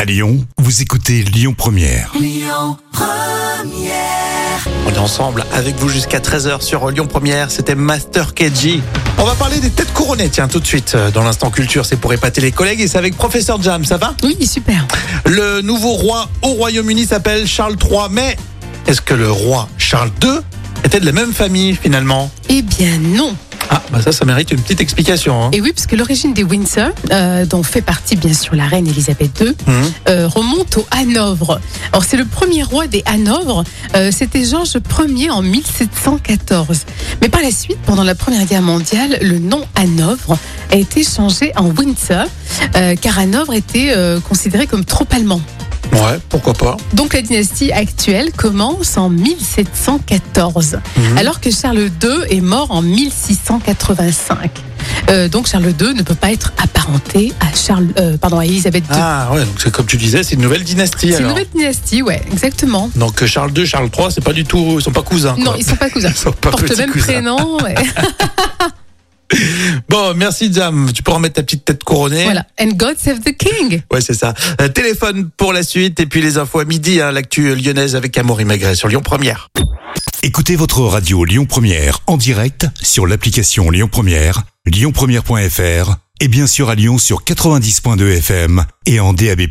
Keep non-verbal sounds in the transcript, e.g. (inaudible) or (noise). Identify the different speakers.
Speaker 1: À Lyon, vous écoutez Lyon Première.
Speaker 2: On est ensemble avec vous jusqu'à 13h sur Lyon Première. C'était Master KG. On va parler des têtes couronnées, tiens, tout de suite, euh, dans l'instant culture. C'est pour épater les collègues et c'est avec Professeur Jam, ça va
Speaker 3: Oui, super.
Speaker 2: Le nouveau roi au Royaume-Uni s'appelle Charles III, mais est-ce que le roi Charles II était de la même famille finalement
Speaker 3: Eh bien non.
Speaker 2: Ah, bah ça, ça mérite une petite explication. hein.
Speaker 3: Et oui, parce que l'origine des Windsor, euh, dont fait partie bien sûr la reine Elisabeth II,
Speaker 2: Mhm.
Speaker 3: euh, remonte au Hanovre. Or, c'est le premier roi des Hanovres. euh, C'était Georges Ier en 1714. Mais par la suite, pendant la Première Guerre mondiale, le nom Hanovre a été changé en Windsor, euh, car Hanovre était euh, considéré comme trop allemand.
Speaker 2: Ouais, pourquoi pas.
Speaker 3: Donc la dynastie actuelle commence en 1714,
Speaker 2: Mhm.
Speaker 3: alors que Charles II est mort en 1685. Euh, donc Charles II ne peut pas être apparenté à Charles, euh, pardon, à Élisabeth II.
Speaker 2: Ah ouais, donc c'est comme tu disais, c'est une nouvelle dynastie
Speaker 3: C'est une
Speaker 2: alors.
Speaker 3: nouvelle dynastie, ouais, exactement.
Speaker 2: Donc euh, Charles II, Charles III, c'est pas du tout, ils sont pas cousins.
Speaker 3: Non,
Speaker 2: quoi.
Speaker 3: ils sont pas cousins.
Speaker 2: (laughs) Ils sont pas
Speaker 3: portent le
Speaker 2: petits
Speaker 3: même
Speaker 2: cousins.
Speaker 3: prénom.
Speaker 2: (laughs)
Speaker 3: ouais.
Speaker 2: Bon, merci Jam. Tu peux remettre ta petite tête couronnée.
Speaker 3: voilà. And God save the king.
Speaker 2: Ouais, c'est ça. Euh, téléphone pour la suite et puis les infos à midi, hein, l'actu lyonnaise avec Amaury Magret sur Lyon Première.
Speaker 1: Écoutez votre radio Lyon Première en direct sur l'application Lyon Première, lyonpremière.fr et bien sûr à Lyon sur 90.2 FM et en DAB+.